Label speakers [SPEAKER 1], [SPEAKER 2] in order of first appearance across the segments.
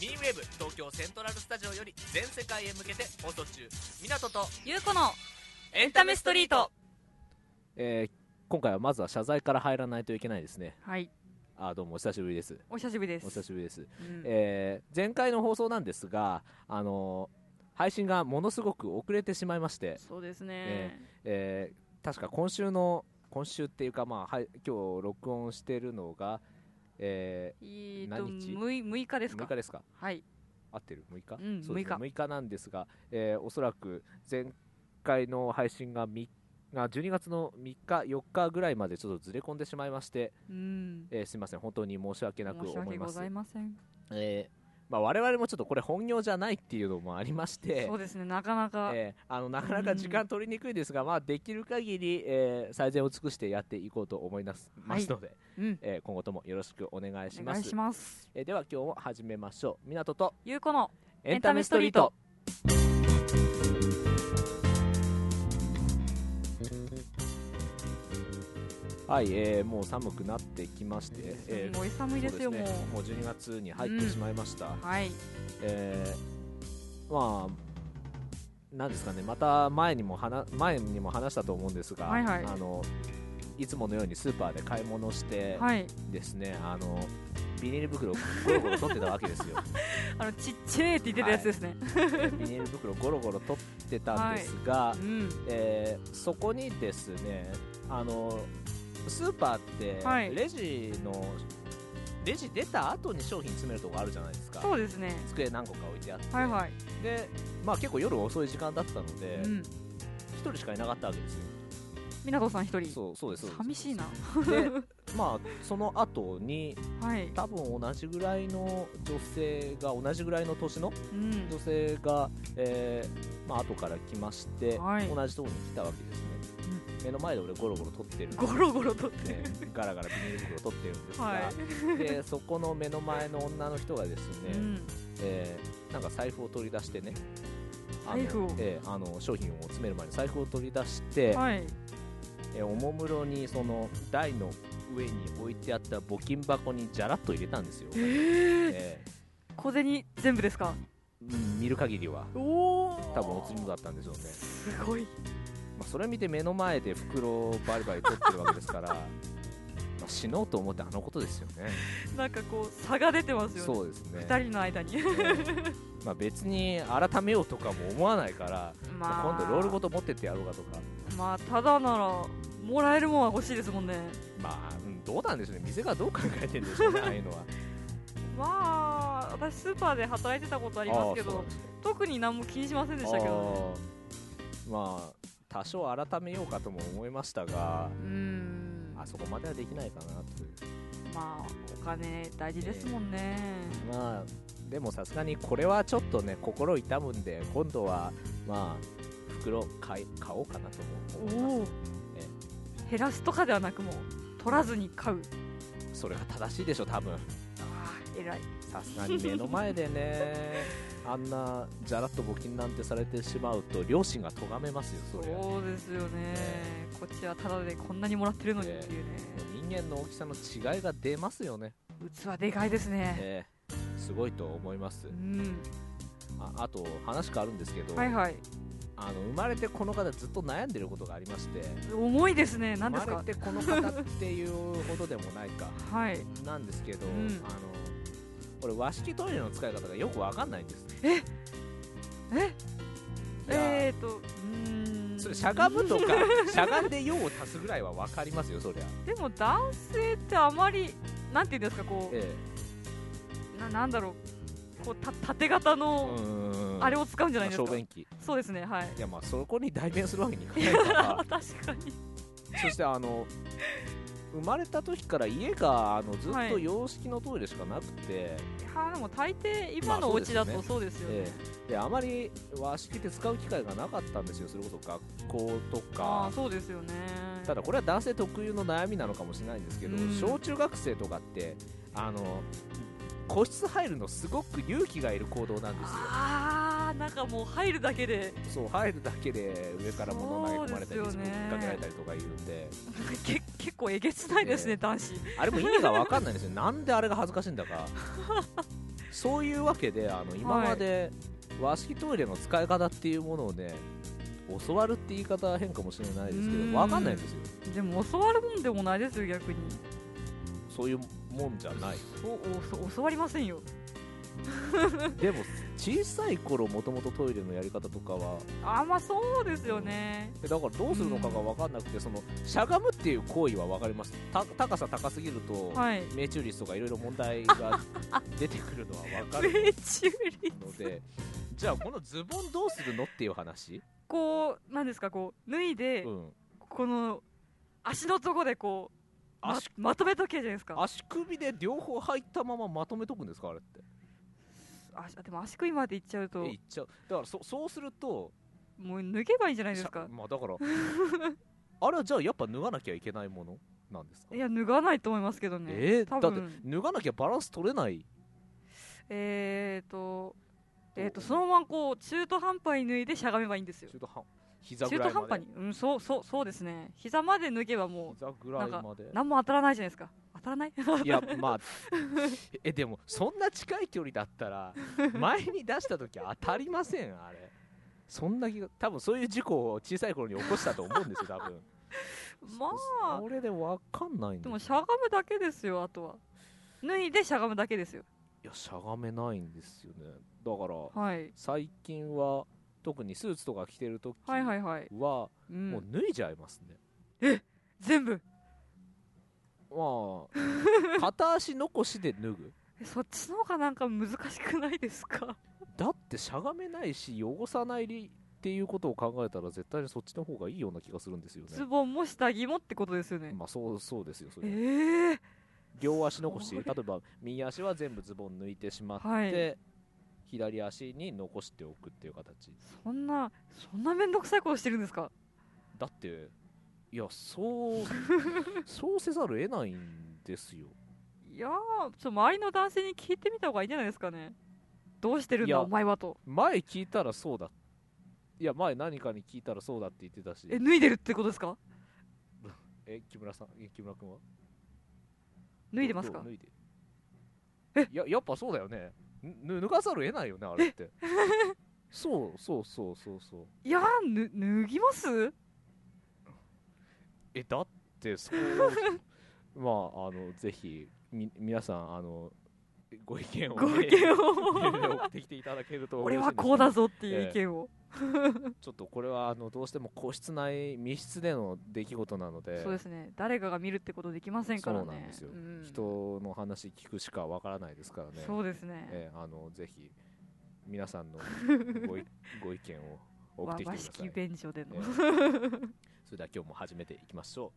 [SPEAKER 1] b w e ブ東京セントラルスタジオより全世界へ向けて放送中港と
[SPEAKER 2] ゆうこの
[SPEAKER 1] エ
[SPEAKER 2] エンタメストリート
[SPEAKER 3] えー今回はまずは謝罪から入らないといけないですね
[SPEAKER 2] はい
[SPEAKER 3] あーどうもお久しぶりです
[SPEAKER 2] お久しぶりです
[SPEAKER 3] お久しぶりです、
[SPEAKER 2] うん
[SPEAKER 3] えー前回の放送なんですがあのー配信がものすごく遅れてしまいまして、
[SPEAKER 2] そうですね、
[SPEAKER 3] ええー確か今週の今週っていうかまあはい今日録音してるのがえ
[SPEAKER 2] えーと
[SPEAKER 3] 何日
[SPEAKER 2] 6, 6日で
[SPEAKER 3] ー
[SPEAKER 2] すか
[SPEAKER 3] 6日ですか
[SPEAKER 2] はい
[SPEAKER 3] 合ってる6日、
[SPEAKER 2] うん
[SPEAKER 3] そうですね
[SPEAKER 2] 6
[SPEAKER 3] 6日なんですが、えーおそらく前回の配信がみが12月の3日4日ぐらいまでちょっとずれ込んでしまいまして、
[SPEAKER 2] うん
[SPEAKER 3] えーすみません本当に申し訳なく
[SPEAKER 2] 申し
[SPEAKER 3] 思
[SPEAKER 2] 訳
[SPEAKER 3] いま
[SPEAKER 2] ご
[SPEAKER 3] す
[SPEAKER 2] ざいません
[SPEAKER 3] えーまあ、我々もちょっとこれ本業じゃないっていうのもありまして
[SPEAKER 2] そうですねなかなか、
[SPEAKER 3] えーあのなかなか時間取りにくいですが、まあ、できる限り、えー最善を尽くしてやっていこうと思います,、ますので、
[SPEAKER 2] うん
[SPEAKER 3] えー今後ともよろしくお願いし
[SPEAKER 2] お
[SPEAKER 3] ま
[SPEAKER 2] 願
[SPEAKER 3] す
[SPEAKER 2] いします
[SPEAKER 3] えーでは今日も始めましょう港と
[SPEAKER 2] ゆうこの
[SPEAKER 3] エ
[SPEAKER 2] エ
[SPEAKER 3] ン
[SPEAKER 2] ン
[SPEAKER 3] タ
[SPEAKER 2] タ
[SPEAKER 3] メ
[SPEAKER 2] メ
[SPEAKER 3] ス
[SPEAKER 2] ス
[SPEAKER 3] ト
[SPEAKER 2] ト
[SPEAKER 3] リ
[SPEAKER 2] リ
[SPEAKER 3] ー
[SPEAKER 2] ー
[SPEAKER 3] ト
[SPEAKER 2] ト
[SPEAKER 3] はい、えーもう寒くなってきまして、えー
[SPEAKER 2] もう寒いですよ
[SPEAKER 3] そうね
[SPEAKER 2] も
[SPEAKER 3] もう12月に入ってしまいました、
[SPEAKER 2] うはい
[SPEAKER 3] えーまあなんですかねまた前にも話前にも話したと思うんですが、
[SPEAKER 2] はいはい
[SPEAKER 3] あのいつものようにスーパーで買い物して
[SPEAKER 2] はい
[SPEAKER 3] ですね、あのビニール袋をゴロゴロ取ってたわけですよ
[SPEAKER 2] あのちっちゃいって言ってたやつですね、
[SPEAKER 3] でビニール袋ゴロゴロ取ってたんですが、
[SPEAKER 2] うん
[SPEAKER 3] えーそこにですねあのスーパーって
[SPEAKER 2] はい
[SPEAKER 3] レジの、レジ出た後に商品詰めるとこあるじゃないですか
[SPEAKER 2] そうですね
[SPEAKER 3] 机何個か置いてあって、
[SPEAKER 2] はいはい、
[SPEAKER 3] でまあ結構夜遅い時間だったので
[SPEAKER 2] うん
[SPEAKER 3] 一、人しかいなかったわけですよ
[SPEAKER 2] 湊さん一人
[SPEAKER 3] そうそうですそうです
[SPEAKER 2] 寂しいな
[SPEAKER 3] でまあその後に
[SPEAKER 2] はい
[SPEAKER 3] 多分同じぐらいの女性が同じぐらいの年の
[SPEAKER 2] うん
[SPEAKER 3] 女性が、えーまあ後から来まして、
[SPEAKER 2] はい
[SPEAKER 3] 同じところに来たわけですね、目の前で俺ゴロゴロ撮ってる
[SPEAKER 2] ゴロゴロとって
[SPEAKER 3] ね、ガラガラビニール袋取ってるんですが、
[SPEAKER 2] は
[SPEAKER 3] でそこの目の前の女の人がですね、
[SPEAKER 2] うん
[SPEAKER 3] えーなんか財布を取り出してねあの
[SPEAKER 2] 財布を
[SPEAKER 3] えーあの商品を詰める前に財布を取り出して、
[SPEAKER 2] はい
[SPEAKER 3] えーおもむろにその台の上に置いてあった募金箱にじゃらっと入れたんですよ、
[SPEAKER 2] えー
[SPEAKER 3] え
[SPEAKER 2] 小銭全部ですか
[SPEAKER 3] ーうん見る限りは
[SPEAKER 2] おお
[SPEAKER 3] 多分お釣りのだったんでしょうね、
[SPEAKER 2] すごい
[SPEAKER 3] まあ、それ見て目の前で袋をバリバリ取ってるわけですからま あ死のうと思ってあのことですよね
[SPEAKER 2] なんかこう差が出てますよね
[SPEAKER 3] そうですね
[SPEAKER 2] 二人の間 に
[SPEAKER 3] まあ、別に改めようとかも思わないから、
[SPEAKER 2] まあ
[SPEAKER 3] 今度ロールごと持ってってやろうかとか、
[SPEAKER 2] まあただならもらえるもんは欲しいですもんね
[SPEAKER 3] まあ、うんどうなんでしょうね、店がどう考えてるんでしょう ね、ああいうのは。
[SPEAKER 2] まあ私スーパーで働いてたことあ
[SPEAKER 3] あ
[SPEAKER 2] りますけ
[SPEAKER 3] ーそう
[SPEAKER 2] ど
[SPEAKER 3] なんですね
[SPEAKER 2] 特に何も気にしませんでしたけどね
[SPEAKER 3] あーまあ、多少改めようかとも思いましたが、
[SPEAKER 2] うーん
[SPEAKER 3] あそこまではできないかなという。
[SPEAKER 2] まあお金大事ですもんね、
[SPEAKER 3] まあでもさすがにこれはちょっとね心痛むんで今度はまあ袋買い買おうかなとも思い
[SPEAKER 2] おお
[SPEAKER 3] ま
[SPEAKER 2] ー減らすとかではなくもう取らずに買う
[SPEAKER 3] すそれが正しいでしょ多分
[SPEAKER 2] ああ偉い
[SPEAKER 3] さすがに目の前でね あんなじゃらっと募金なんてされてしまうと両親が咎めますよそれ
[SPEAKER 2] そうですよねこっちはただでこんなにもらってるのにっていうね、
[SPEAKER 3] 人間の大きさの違いが出ますよね、
[SPEAKER 2] 器でかいですね、
[SPEAKER 3] ええすごいと思います
[SPEAKER 2] うん
[SPEAKER 3] ああと話変わるんですけど、
[SPEAKER 2] はいはい
[SPEAKER 3] あの生まれてこの方ずっと悩んでることがありまして
[SPEAKER 2] 重いですね
[SPEAKER 3] 生
[SPEAKER 2] 何で
[SPEAKER 3] ますれ
[SPEAKER 2] か
[SPEAKER 3] てこの方っていうほどでもないか
[SPEAKER 2] はい
[SPEAKER 3] なんですけど、
[SPEAKER 2] うん
[SPEAKER 3] あの俺和式トイレの使い方がよくわかんないんです
[SPEAKER 2] え
[SPEAKER 3] いや
[SPEAKER 2] えー、とうーん
[SPEAKER 3] それしゃがむとか しゃがんで用を足すぐらいはわかりますよそりゃ、
[SPEAKER 2] でも男性ってあまりなんていうんですかこう、
[SPEAKER 3] え
[SPEAKER 2] ななんだろうこうた縦型
[SPEAKER 3] え、う
[SPEAKER 2] の
[SPEAKER 3] ん
[SPEAKER 2] あれを使うんじゃ
[SPEAKER 3] ま
[SPEAKER 2] ない
[SPEAKER 3] あ
[SPEAKER 2] ですか、
[SPEAKER 3] 小便器い
[SPEAKER 2] そうですねはい
[SPEAKER 3] やまあそこに代弁するわけにいかないから
[SPEAKER 2] 確かに
[SPEAKER 3] そしてあの生まれた時から家があのずっ
[SPEAKER 2] は
[SPEAKER 3] と
[SPEAKER 2] い
[SPEAKER 3] 洋式のトイレしかなくて、
[SPEAKER 2] あでも大抵
[SPEAKER 3] ま
[SPEAKER 2] 今
[SPEAKER 3] あ
[SPEAKER 2] のお家だ
[SPEAKER 3] そ
[SPEAKER 2] とそうですよね,、
[SPEAKER 3] ええであまり和式って使う機会がなかったんですよそれこそ学校と
[SPEAKER 2] あ
[SPEAKER 3] か
[SPEAKER 2] あそうですよね
[SPEAKER 3] ただこれは男性特有の悩みなのかもしれないんですけど、
[SPEAKER 2] うん
[SPEAKER 3] 小中学生とかってあの個室入るのすごく勇気がいる行動なんですよ
[SPEAKER 2] ああなんかもう入るだけで
[SPEAKER 3] そう入るだけで上から物投げ込まれたり
[SPEAKER 2] そ
[SPEAKER 3] 水
[SPEAKER 2] うです
[SPEAKER 3] ぶっ
[SPEAKER 2] よね
[SPEAKER 3] かけられたりとかいうん で
[SPEAKER 2] け結構えげつないですね、
[SPEAKER 3] ええ
[SPEAKER 2] 男子
[SPEAKER 3] あれも意味が分かんないんですよなんであれが恥ずかしいんだかそういうわけであの今まで和式トイレの使い方っていうものをね教わるって言い方は変かもしれないですけ
[SPEAKER 2] うん
[SPEAKER 3] どわかんないんですよ
[SPEAKER 2] でも教わるもんでもないですよ逆に
[SPEAKER 3] そういうもんじゃない
[SPEAKER 2] そうおそ教わりませんよ
[SPEAKER 3] でも小さい頃もともとトイレのやり方とかは
[SPEAKER 2] あまあそうですよね
[SPEAKER 3] だからどうするのかが分かんなくてそのしゃがむっていう行為は分かりますた高さ高すぎると、
[SPEAKER 2] はい
[SPEAKER 3] 命中率とかいろいろ問題が出てくるのは分か
[SPEAKER 2] 命
[SPEAKER 3] る
[SPEAKER 2] 中率
[SPEAKER 3] の でじゃあこのズボンどうするのっていう話、
[SPEAKER 2] こうなんですかこう脱いで、
[SPEAKER 3] うん、
[SPEAKER 2] この足のとこでこうま
[SPEAKER 3] 足
[SPEAKER 2] まとめとけじゃないですか
[SPEAKER 3] 足首で両方入ったまままとめとくんですかあれって
[SPEAKER 2] 足でも足首までいっちゃうと
[SPEAKER 3] えいっちゃうだからそそうすると
[SPEAKER 2] もう脱げばいいんじゃないで
[SPEAKER 3] し
[SPEAKER 2] す
[SPEAKER 3] ゃ
[SPEAKER 2] か
[SPEAKER 3] まあだからあれはじゃあやっぱ脱がなきゃいけないものなんですか
[SPEAKER 2] いや脱がないと思いますけどね
[SPEAKER 3] えー
[SPEAKER 2] 多
[SPEAKER 3] だっ
[SPEAKER 2] 分
[SPEAKER 3] て脱がなきゃバランス取れない
[SPEAKER 2] えーとえーとそのままこう中途半端に脱いでしゃがめばいいんですよ
[SPEAKER 3] 中途半膝ぐ
[SPEAKER 2] 中
[SPEAKER 3] ら
[SPEAKER 2] 途
[SPEAKER 3] いま
[SPEAKER 2] 半
[SPEAKER 3] で
[SPEAKER 2] 端にうんそうそうそうですね膝まで脱げばもう
[SPEAKER 3] 膝ぐらい
[SPEAKER 2] なん
[SPEAKER 3] まで
[SPEAKER 2] 何も当たらないじゃないですか当たらない
[SPEAKER 3] いやまあえでもそんな近い距離だったら前に出した時当たりませんあれそんな気が多分そういう事故を小さい頃に起こしたと思うんですよ多分
[SPEAKER 2] まあ
[SPEAKER 3] 俺で分かんないんだ
[SPEAKER 2] で
[SPEAKER 3] よ
[SPEAKER 2] もしゃがむだけですよあとは脱いでしゃがむだけですよ
[SPEAKER 3] いやしゃがめないんですよねだから
[SPEAKER 2] はい
[SPEAKER 3] 最近は特にスーツとか着てる時
[SPEAKER 2] はいは
[SPEAKER 3] はい
[SPEAKER 2] はい、
[SPEAKER 3] も
[SPEAKER 2] うん、
[SPEAKER 3] う脱いじゃいますね、
[SPEAKER 2] 全部
[SPEAKER 3] まあ片足残しで脱ぐ
[SPEAKER 2] えそっちの方がなんか難しくないですか
[SPEAKER 3] だってしゃがめないし汚さないりっていうことを考えたら絶対にそっちの方がいいような気がするんですよ
[SPEAKER 2] ズ
[SPEAKER 3] ね
[SPEAKER 2] ボンも下着もってことですよね
[SPEAKER 3] まあそうそうですよそ
[SPEAKER 2] え
[SPEAKER 3] れは
[SPEAKER 2] え
[SPEAKER 3] 両足残して
[SPEAKER 2] そ
[SPEAKER 3] 例
[SPEAKER 2] れ
[SPEAKER 3] えば右足は全部ズボン抜いてしまって、
[SPEAKER 2] はい
[SPEAKER 3] 左足に残しておくっていう形
[SPEAKER 2] そんなそんな面倒くさいことしてるんですか
[SPEAKER 3] だっていやそう そうせざるを得ないんですよ
[SPEAKER 2] いやーちょっと周りの男性に聞いてみた方がいいんじゃないですかねどうしてるん
[SPEAKER 3] いや
[SPEAKER 2] だお前はと
[SPEAKER 3] 前聞いたらそうだいや前何かに聞いたらそうだって言ってたし
[SPEAKER 2] え脱いでるってことですか
[SPEAKER 3] え木村さんえ木村君は
[SPEAKER 2] 脱いでますか
[SPEAKER 3] どう脱いで
[SPEAKER 2] え
[SPEAKER 3] いややっぱそうだよねぬ脱がざるを得ないよねあれって そうそうそうそうそう
[SPEAKER 2] いやーぬ脱ぎます
[SPEAKER 3] えだってそう まああのぜひみ皆さんあのご意見を
[SPEAKER 2] ご
[SPEAKER 3] メ
[SPEAKER 2] 意見
[SPEAKER 3] ールで
[SPEAKER 2] を
[SPEAKER 3] 送ってきていただけると
[SPEAKER 2] 俺
[SPEAKER 3] 嬉しいんですけ
[SPEAKER 2] は
[SPEAKER 3] ど
[SPEAKER 2] こうだぞっていう意見を、
[SPEAKER 3] ちょっとこれはあのどうしても個室内密室での出来事なので
[SPEAKER 2] そうですね誰かが見るってことできませんからね
[SPEAKER 3] そうなんですよ
[SPEAKER 2] うん
[SPEAKER 3] 人の話聞くしかわからないですからね
[SPEAKER 2] そうですね、
[SPEAKER 3] えーあのぜひ皆さんの ごいご意見を送っ
[SPEAKER 2] わ
[SPEAKER 3] てきてく
[SPEAKER 2] 和
[SPEAKER 3] ださ
[SPEAKER 2] 式
[SPEAKER 3] い。
[SPEAKER 2] 便所での、
[SPEAKER 3] えー それでは今日も始めていきましょう。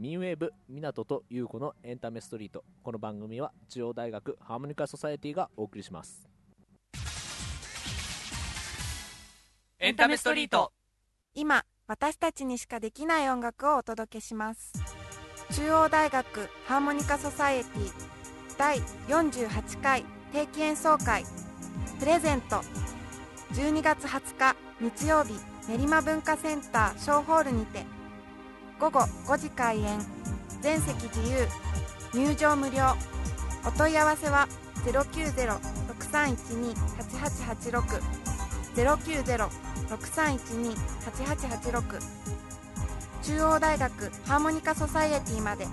[SPEAKER 3] ミンウェーブ港と優子のエンタメストリート。この番組は中央大学ハーモニカソサエティがお送りします。
[SPEAKER 1] エンタメストリート
[SPEAKER 4] 今私たちにしかできない音楽をお届けします中央大学ハーモニカソサエティ第48回定期演奏会プレゼント12月20日日曜日練馬文化センター小ホールにて午後5時開演全席自由入場無料お問い合わせは090-6312-8886 090-6312-8886 6312-8886中央大学ハーモニカソサイエティまで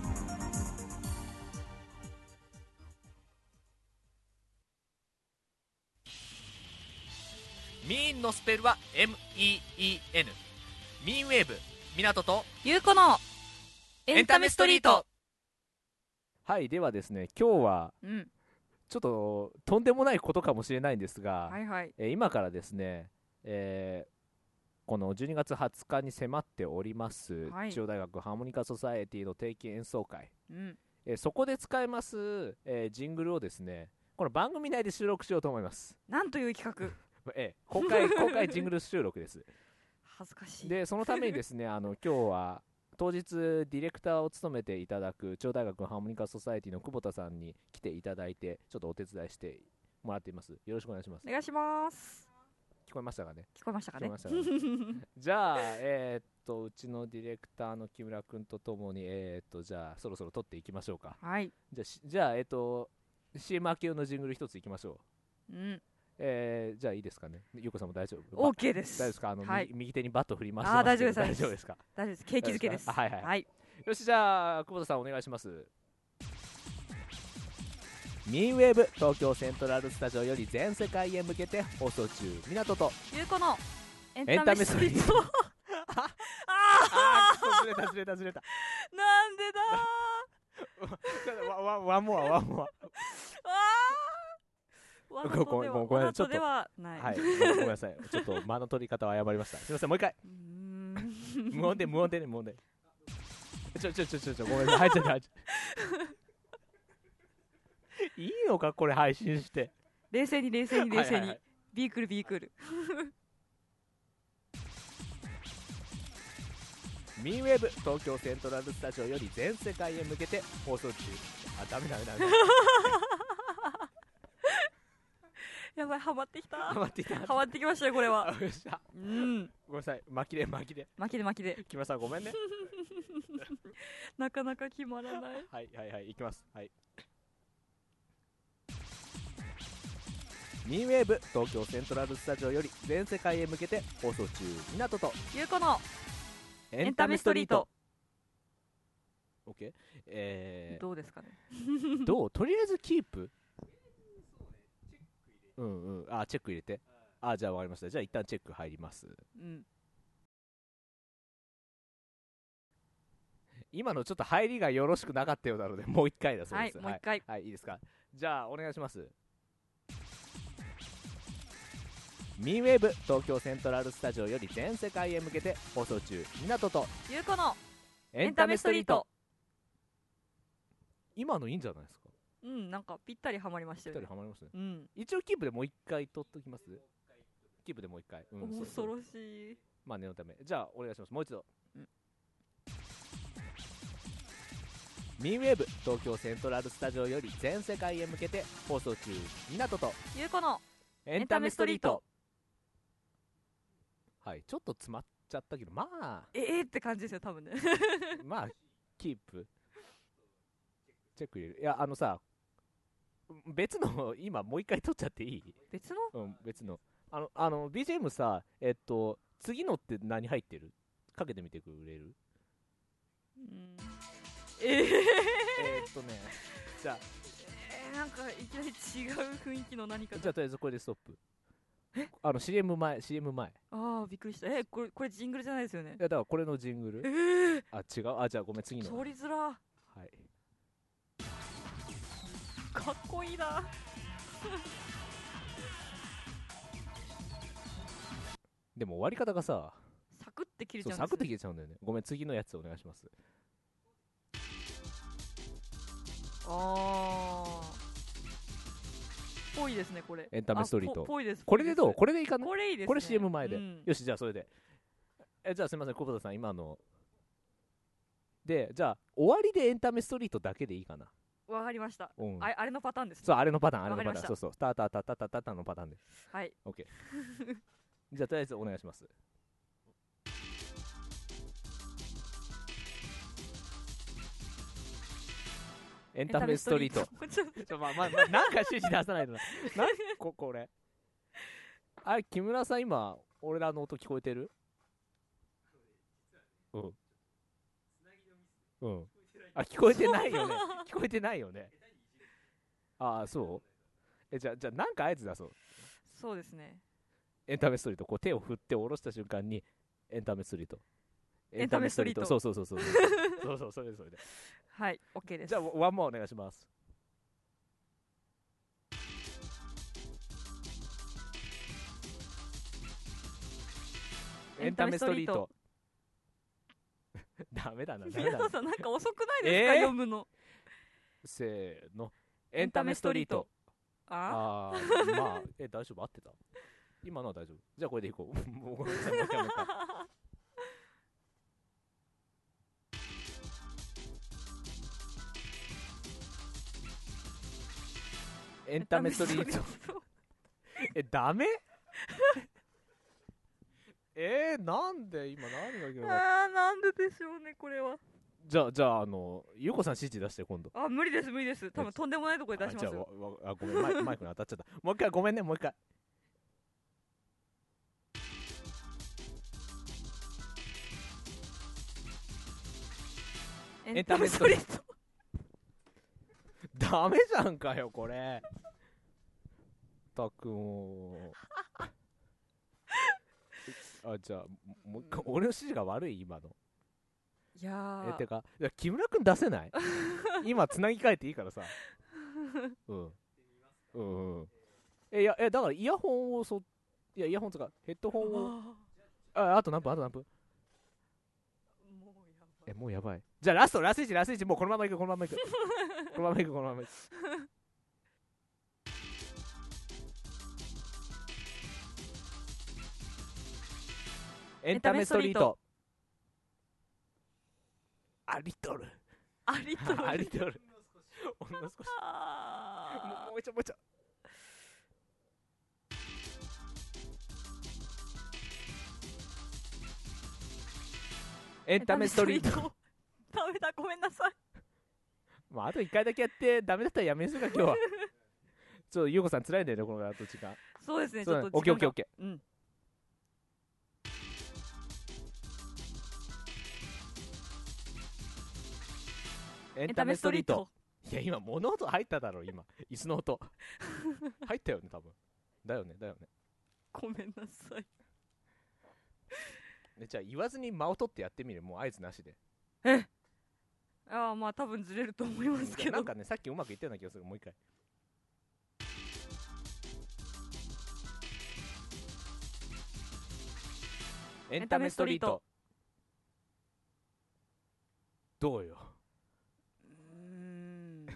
[SPEAKER 1] ミーンのスペルは MEEN ミーンウェーブ港と
[SPEAKER 2] ゆうこの
[SPEAKER 1] エンタメストリート
[SPEAKER 3] はい、ではですね、今日は
[SPEAKER 2] うん
[SPEAKER 3] ちょっととんでもないことかもしれないんですが、
[SPEAKER 2] はいはい
[SPEAKER 3] えー今からですね、えーこの12月20日に迫っております、
[SPEAKER 2] はい
[SPEAKER 3] 中央大学ハーモニカソサエティの定期演奏会、
[SPEAKER 2] うん
[SPEAKER 3] えーそこで使います、えージングルをですねこの番組内で収録しようと思います、
[SPEAKER 2] なんという企画
[SPEAKER 3] えー公 開公開ジングル収録です
[SPEAKER 2] 恥ずかしい
[SPEAKER 3] でそのためにですねあの今日は当日ディレクターを務めていただく中央大学ハーモニカソサエティの久保田さんに来ていただいてちょっとお手伝いしてもらっていますよろしくお願いします
[SPEAKER 2] お願いします
[SPEAKER 3] 聞こえましたかね
[SPEAKER 2] 聞こえましたかね
[SPEAKER 3] 聞こえましたかねじゃあ、えーっと、うちのディレクターの木村君とともに、えーっと、じゃあ、そろそろ撮っていきましょうか。
[SPEAKER 2] はい
[SPEAKER 3] じゃあ、しじゃあえーっと、 CM 明け用のジングル一ついきましょう。
[SPEAKER 2] うん、
[SPEAKER 3] えー、じゃあいいですかね。ゆうこさんも大丈夫。バ
[SPEAKER 2] OK で
[SPEAKER 3] 大
[SPEAKER 2] す。
[SPEAKER 3] 丈夫ですかあの、
[SPEAKER 2] はい
[SPEAKER 3] 右右手にバット振り回して
[SPEAKER 2] あー
[SPEAKER 3] ますけど
[SPEAKER 2] 大丈夫
[SPEAKER 3] 大
[SPEAKER 2] です
[SPEAKER 3] 丈夫ですか
[SPEAKER 2] 大丈夫です。景気づけです。
[SPEAKER 3] あはいはい
[SPEAKER 2] はい。
[SPEAKER 3] よしじゃあ久保田さんお願いしますミンウェーブ東京セントラルスタジオより全世界へ向けて放送中港と
[SPEAKER 2] ゆうこのエン
[SPEAKER 3] エン
[SPEAKER 2] タ
[SPEAKER 3] タ
[SPEAKER 2] メ
[SPEAKER 3] メ
[SPEAKER 2] ス
[SPEAKER 3] ス
[SPEAKER 2] ピ
[SPEAKER 3] ピ
[SPEAKER 2] ー
[SPEAKER 3] ー
[SPEAKER 2] ト。あ
[SPEAKER 3] ああずれたずれたずれた
[SPEAKER 2] ーなんでだー。
[SPEAKER 3] ワワワンモアワンモ
[SPEAKER 2] あー。わざ
[SPEAKER 3] ご
[SPEAKER 2] と
[SPEAKER 3] ごめ
[SPEAKER 2] で
[SPEAKER 3] ん
[SPEAKER 2] は
[SPEAKER 3] ごめん
[SPEAKER 2] わざとでは
[SPEAKER 3] ア
[SPEAKER 2] な。
[SPEAKER 3] はいいごめんなさいちょっと間の取り方を誤りましたすいませんもう 一回
[SPEAKER 2] うーん。
[SPEAKER 3] 無音で無音でね無音でちょちょちょちょちょごめんなさい入っちゃった入っちゃったいいのかこれ配信して
[SPEAKER 2] 冷静に冷静に冷
[SPEAKER 3] は
[SPEAKER 2] 静
[SPEAKER 3] いはいはい。
[SPEAKER 2] にビークルビークル。
[SPEAKER 3] ミンウェーブ東京セントラルスタジオより全世界へ向けて放送中あダメダメダメ
[SPEAKER 2] やばいハマってきた。
[SPEAKER 3] ハ
[SPEAKER 2] ハ
[SPEAKER 3] マっていた
[SPEAKER 2] マってきましたよこれは。
[SPEAKER 3] よっしゃ
[SPEAKER 2] うん。
[SPEAKER 3] ごめんなさい巻きで巻きで
[SPEAKER 2] 巻きで巻きで。
[SPEAKER 3] 木村さんごめんね
[SPEAKER 2] なかなか決まらない。
[SPEAKER 3] はいはいはい行きますはいミンウェーブ東京セントラルスタジオより全世界へ向けて放送中港と
[SPEAKER 2] ゆうこの
[SPEAKER 3] エ
[SPEAKER 2] エンタメストリート。
[SPEAKER 3] オッケーえ
[SPEAKER 2] どうですかね。
[SPEAKER 3] ー、どうとりあえずキープうんうんあチェック入れてあじゃあわかりましたじゃあ一旦チェック入ります
[SPEAKER 2] うん。
[SPEAKER 3] 今のちょっと入りがよろしくなかったようなのでもう一回だそう
[SPEAKER 2] は
[SPEAKER 3] で
[SPEAKER 2] い
[SPEAKER 3] す
[SPEAKER 2] もう一回。
[SPEAKER 3] はい、いいですか。じゃあ、お願いします。ミンウェーブ東京セントラルスタジオより全世界へ向けて放送中、港と
[SPEAKER 2] ゆうこの
[SPEAKER 3] エ
[SPEAKER 2] エンタメストリート。
[SPEAKER 3] 今のいいんじゃないですか。
[SPEAKER 2] うんなんかぴったりハマりまし
[SPEAKER 3] ぴ
[SPEAKER 2] た
[SPEAKER 3] っ
[SPEAKER 2] よ
[SPEAKER 3] たりは
[SPEAKER 2] ね。
[SPEAKER 3] まりますね。
[SPEAKER 2] うん。
[SPEAKER 3] 一応キープでもう一回取っときます。キープでもう一回。うんそうそ
[SPEAKER 2] 恐
[SPEAKER 3] う
[SPEAKER 2] ろしい。
[SPEAKER 3] まあ念のためじゃあお願いしますもう一度、
[SPEAKER 2] うん
[SPEAKER 3] ミンウェーブ東京セントラルスタジオより全世界へ向けて放送中港と
[SPEAKER 2] ゆうこの
[SPEAKER 3] エンタメストリートはいちょっと詰まっちゃったけどま あ
[SPEAKER 2] ええって感じですよ多分ね。
[SPEAKER 3] まあキープチェック入れるいやあのさ別の今もう一回撮っちゃっていい
[SPEAKER 2] 別の
[SPEAKER 3] うん 別のあのあの BGM さえっと次のって何入ってるかけてみてくれる
[SPEAKER 2] うんえー、
[SPEAKER 3] えーっとねじゃあ
[SPEAKER 2] えーなんかいきなり違う雰囲気の何か
[SPEAKER 3] じゃあとりあえずこれでストップあの CM 前 CM 前い
[SPEAKER 2] ああびっくりしたえこれこれジングルじゃないですよね
[SPEAKER 3] やだからこれのジング
[SPEAKER 2] え
[SPEAKER 3] ル
[SPEAKER 2] ー、
[SPEAKER 3] あ違うあじゃあごめん次の
[SPEAKER 2] 通りづら
[SPEAKER 3] はい
[SPEAKER 2] かっこいいな
[SPEAKER 3] でも終わり方がさ
[SPEAKER 2] サクって切れち
[SPEAKER 3] そう
[SPEAKER 2] ゃうん
[SPEAKER 3] サ
[SPEAKER 2] です
[SPEAKER 3] クッと
[SPEAKER 2] よ
[SPEAKER 3] 消えちゃうんだよねごめん次のやつお願いします
[SPEAKER 2] あーぽいですねこれ
[SPEAKER 3] エンタメストリート
[SPEAKER 2] あぽぽいです
[SPEAKER 3] これでどう
[SPEAKER 2] ぽい
[SPEAKER 3] これでいいか
[SPEAKER 2] す
[SPEAKER 3] な
[SPEAKER 2] これいいですね
[SPEAKER 3] これ CM 前で
[SPEAKER 2] うん
[SPEAKER 3] よしじゃあそれでえじゃあすいません久保田さん今のでじゃあ終わりでエンタメストリートだけでいいかな
[SPEAKER 2] わかりました
[SPEAKER 3] うん
[SPEAKER 2] ああれのパターンです
[SPEAKER 3] そうあれのパターンあれ
[SPEAKER 2] わか
[SPEAKER 3] の
[SPEAKER 2] り
[SPEAKER 3] パタ
[SPEAKER 2] ました
[SPEAKER 3] ーンそうそうタタタタタタタのパターンで
[SPEAKER 2] はい
[SPEAKER 3] じゃあとりあえずお願いしますエンタメストリート
[SPEAKER 2] ちょっと
[SPEAKER 3] ちょまあまあまあなんか指示出さないとななんここれあれ木村さん今俺らの音聞こえてるうんうんあ聞こえてないよね聞こえてないよねああそうえじゃあじゃあなんか合図出そう
[SPEAKER 2] そうですね
[SPEAKER 3] エンタメストリートこう手を振って下ろした瞬間にエンタメストリート
[SPEAKER 2] エンタメストリート
[SPEAKER 3] エンそうそうそうそうそうそうそれそれで
[SPEAKER 2] はい OK です
[SPEAKER 3] じゃあワンモアお願いします
[SPEAKER 2] エンタメストリート
[SPEAKER 3] ダメだなダメ
[SPEAKER 2] 皆
[SPEAKER 3] だな
[SPEAKER 2] さんなんか遅くないですか、
[SPEAKER 3] えー
[SPEAKER 2] 読むの
[SPEAKER 3] せーの
[SPEAKER 2] エ
[SPEAKER 3] エ
[SPEAKER 2] ン
[SPEAKER 3] ン
[SPEAKER 2] タ
[SPEAKER 3] タ
[SPEAKER 2] メ
[SPEAKER 3] メ
[SPEAKER 2] ス
[SPEAKER 3] ス
[SPEAKER 2] ト
[SPEAKER 3] ト
[SPEAKER 2] リ
[SPEAKER 3] リ
[SPEAKER 2] ー
[SPEAKER 3] ー
[SPEAKER 2] ト
[SPEAKER 3] ト
[SPEAKER 2] あ
[SPEAKER 3] あーまあえ大丈夫合ってた今のは大丈夫じゃあこれでいこう もうごめんなさいもう一回もう一回 エンタメストリートえダメ えー、なんで今何がいけなかった
[SPEAKER 2] あーなんででしょうねこれは
[SPEAKER 3] じゃあじゃああのゆうこさん指示出して今度
[SPEAKER 2] あ無理です無理です多分とんでもないとこで出します
[SPEAKER 3] あじゃ
[SPEAKER 2] よ
[SPEAKER 3] あわわあごめんマイクマイ クに当たっちゃったもう一回ごめんねもう一回
[SPEAKER 2] エ
[SPEAKER 3] エ
[SPEAKER 2] ン
[SPEAKER 3] ン
[SPEAKER 2] タ
[SPEAKER 3] タ
[SPEAKER 2] メ
[SPEAKER 3] メ
[SPEAKER 2] ソ
[SPEAKER 3] ソ
[SPEAKER 2] リ
[SPEAKER 3] リ
[SPEAKER 2] ッド
[SPEAKER 3] ダメじゃんかよこれまったくもうあじゃあももう一回俺の指示が悪い今の
[SPEAKER 2] いや
[SPEAKER 3] えて
[SPEAKER 2] ー
[SPEAKER 3] かいや木村君出せない今つなぎ替えていいからさうんうんうんえいやえだからイヤホンをそいやイヤホンとかヘッドホンを
[SPEAKER 2] あ
[SPEAKER 3] ああと何分あと何分
[SPEAKER 2] ーもうやばい
[SPEAKER 3] えもうやばいじゃあラストラスイチラスイチもうこのままいくこのままいく このままいくこのままいくエンタメストリートあリトル
[SPEAKER 2] あり と
[SPEAKER 3] あリトルほんの少しもう
[SPEAKER 2] あ
[SPEAKER 3] もう一丁もう一丁エ
[SPEAKER 2] ー
[SPEAKER 3] ンタメストリート
[SPEAKER 2] ダメだごめんなさい
[SPEAKER 3] まああと一回だけやってダメだったらやめにするか今 日はちょっとゆうこさん辛いんだよねこのあと時間
[SPEAKER 2] そうですねち
[SPEAKER 3] そう
[SPEAKER 2] ょ
[SPEAKER 3] だ
[SPEAKER 2] っ
[SPEAKER 3] ね
[SPEAKER 2] と
[SPEAKER 3] オッケーオッケーオッケ
[SPEAKER 2] ーうん
[SPEAKER 3] ーエ
[SPEAKER 2] エンタメストリート
[SPEAKER 3] いや今物音入っただろ今椅子の 音入ったよね多分だよねだよね
[SPEAKER 2] ごめんなさい
[SPEAKER 3] ねじゃあ言わずに間を取ってやってみるもう合図なしで
[SPEAKER 2] ああまあ多分ずれると思いますけど
[SPEAKER 3] なんかねさっきうまくいったような気がするもう一回エン
[SPEAKER 2] ンタ
[SPEAKER 3] タ
[SPEAKER 2] メ
[SPEAKER 3] メ
[SPEAKER 2] ス
[SPEAKER 3] ス
[SPEAKER 2] ト
[SPEAKER 3] ト
[SPEAKER 2] リ
[SPEAKER 3] リ
[SPEAKER 2] ー
[SPEAKER 3] ー
[SPEAKER 2] ト
[SPEAKER 3] トどうよ
[SPEAKER 2] うーん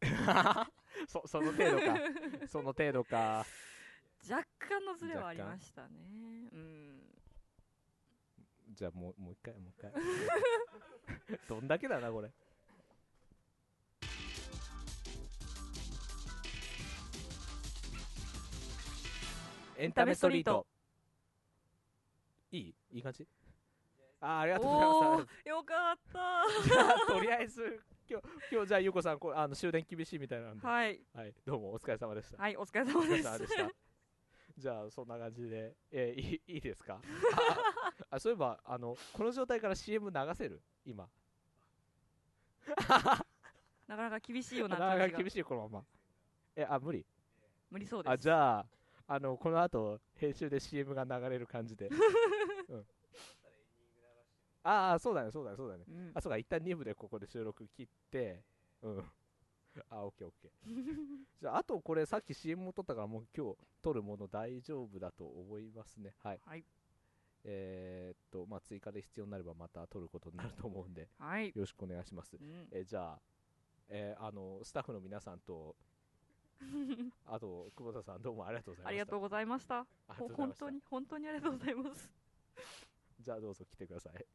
[SPEAKER 3] そその程度かその程度 か
[SPEAKER 2] 若干のズレはありましたねうん
[SPEAKER 3] じゃあもうもう一回もう一回 どんだけだなこれエンタメストリートいいいい感じあーありがとうござい
[SPEAKER 2] お
[SPEAKER 3] ま
[SPEAKER 2] お
[SPEAKER 3] す
[SPEAKER 2] ーよかっ た
[SPEAKER 3] じゃあとりあえず今日今日じゃあゆうこさんこうあの終電厳しいみたいなんで、は
[SPEAKER 2] はい、
[SPEAKER 3] いどうもお疲れ様でした、
[SPEAKER 2] はい、お疲れ様
[SPEAKER 3] お疲れ
[SPEAKER 2] です。
[SPEAKER 3] 様でしたじゃあそんな感じで、えーいいいいです かああそういえばあのこの状態から CM 流せる今
[SPEAKER 2] なかなか厳しいような
[SPEAKER 3] なか
[SPEAKER 2] 感
[SPEAKER 3] な
[SPEAKER 2] じ
[SPEAKER 3] か
[SPEAKER 2] が
[SPEAKER 3] 厳しいこのままえあ無理
[SPEAKER 2] 無理そうです。
[SPEAKER 3] あじゃああのこの後編集で CM が流れる感じ で、うん、ああそうだねそうだねそうだね
[SPEAKER 2] うん
[SPEAKER 3] あそうか一旦2部でここで収録切ってうんあオッケーオッケーじゃああとこれさっき CM も撮ったからもう今日撮るもの大丈夫だと思いますねはい、
[SPEAKER 2] はい
[SPEAKER 3] えーっとまあ追加で必要になればまた撮ることになると思うんでよ
[SPEAKER 2] はい。
[SPEAKER 3] ろしくお願いします
[SPEAKER 2] う ん
[SPEAKER 3] えじゃあ,、えーあのスタッフの皆さんとあと久保田さんどうもありがとうございました
[SPEAKER 2] ありがとうございました。
[SPEAKER 3] ありが
[SPEAKER 2] ほ
[SPEAKER 3] とうござい
[SPEAKER 2] 本
[SPEAKER 3] ました
[SPEAKER 2] 当に本当にありがとうございます。
[SPEAKER 3] じゃあどうぞ来てください